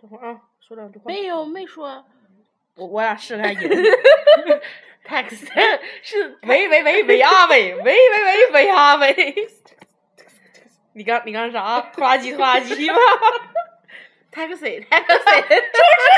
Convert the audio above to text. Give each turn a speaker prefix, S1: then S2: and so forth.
S1: 等会儿啊，说两句话。
S2: 没有，没说。
S1: 我我俩是来赢。
S2: Tax 是
S1: 喂喂喂喂啊喂喂喂喂喂啊喂！你刚你刚啥？拖拉机拖拉机吗？
S2: taxi taxi，
S1: 就是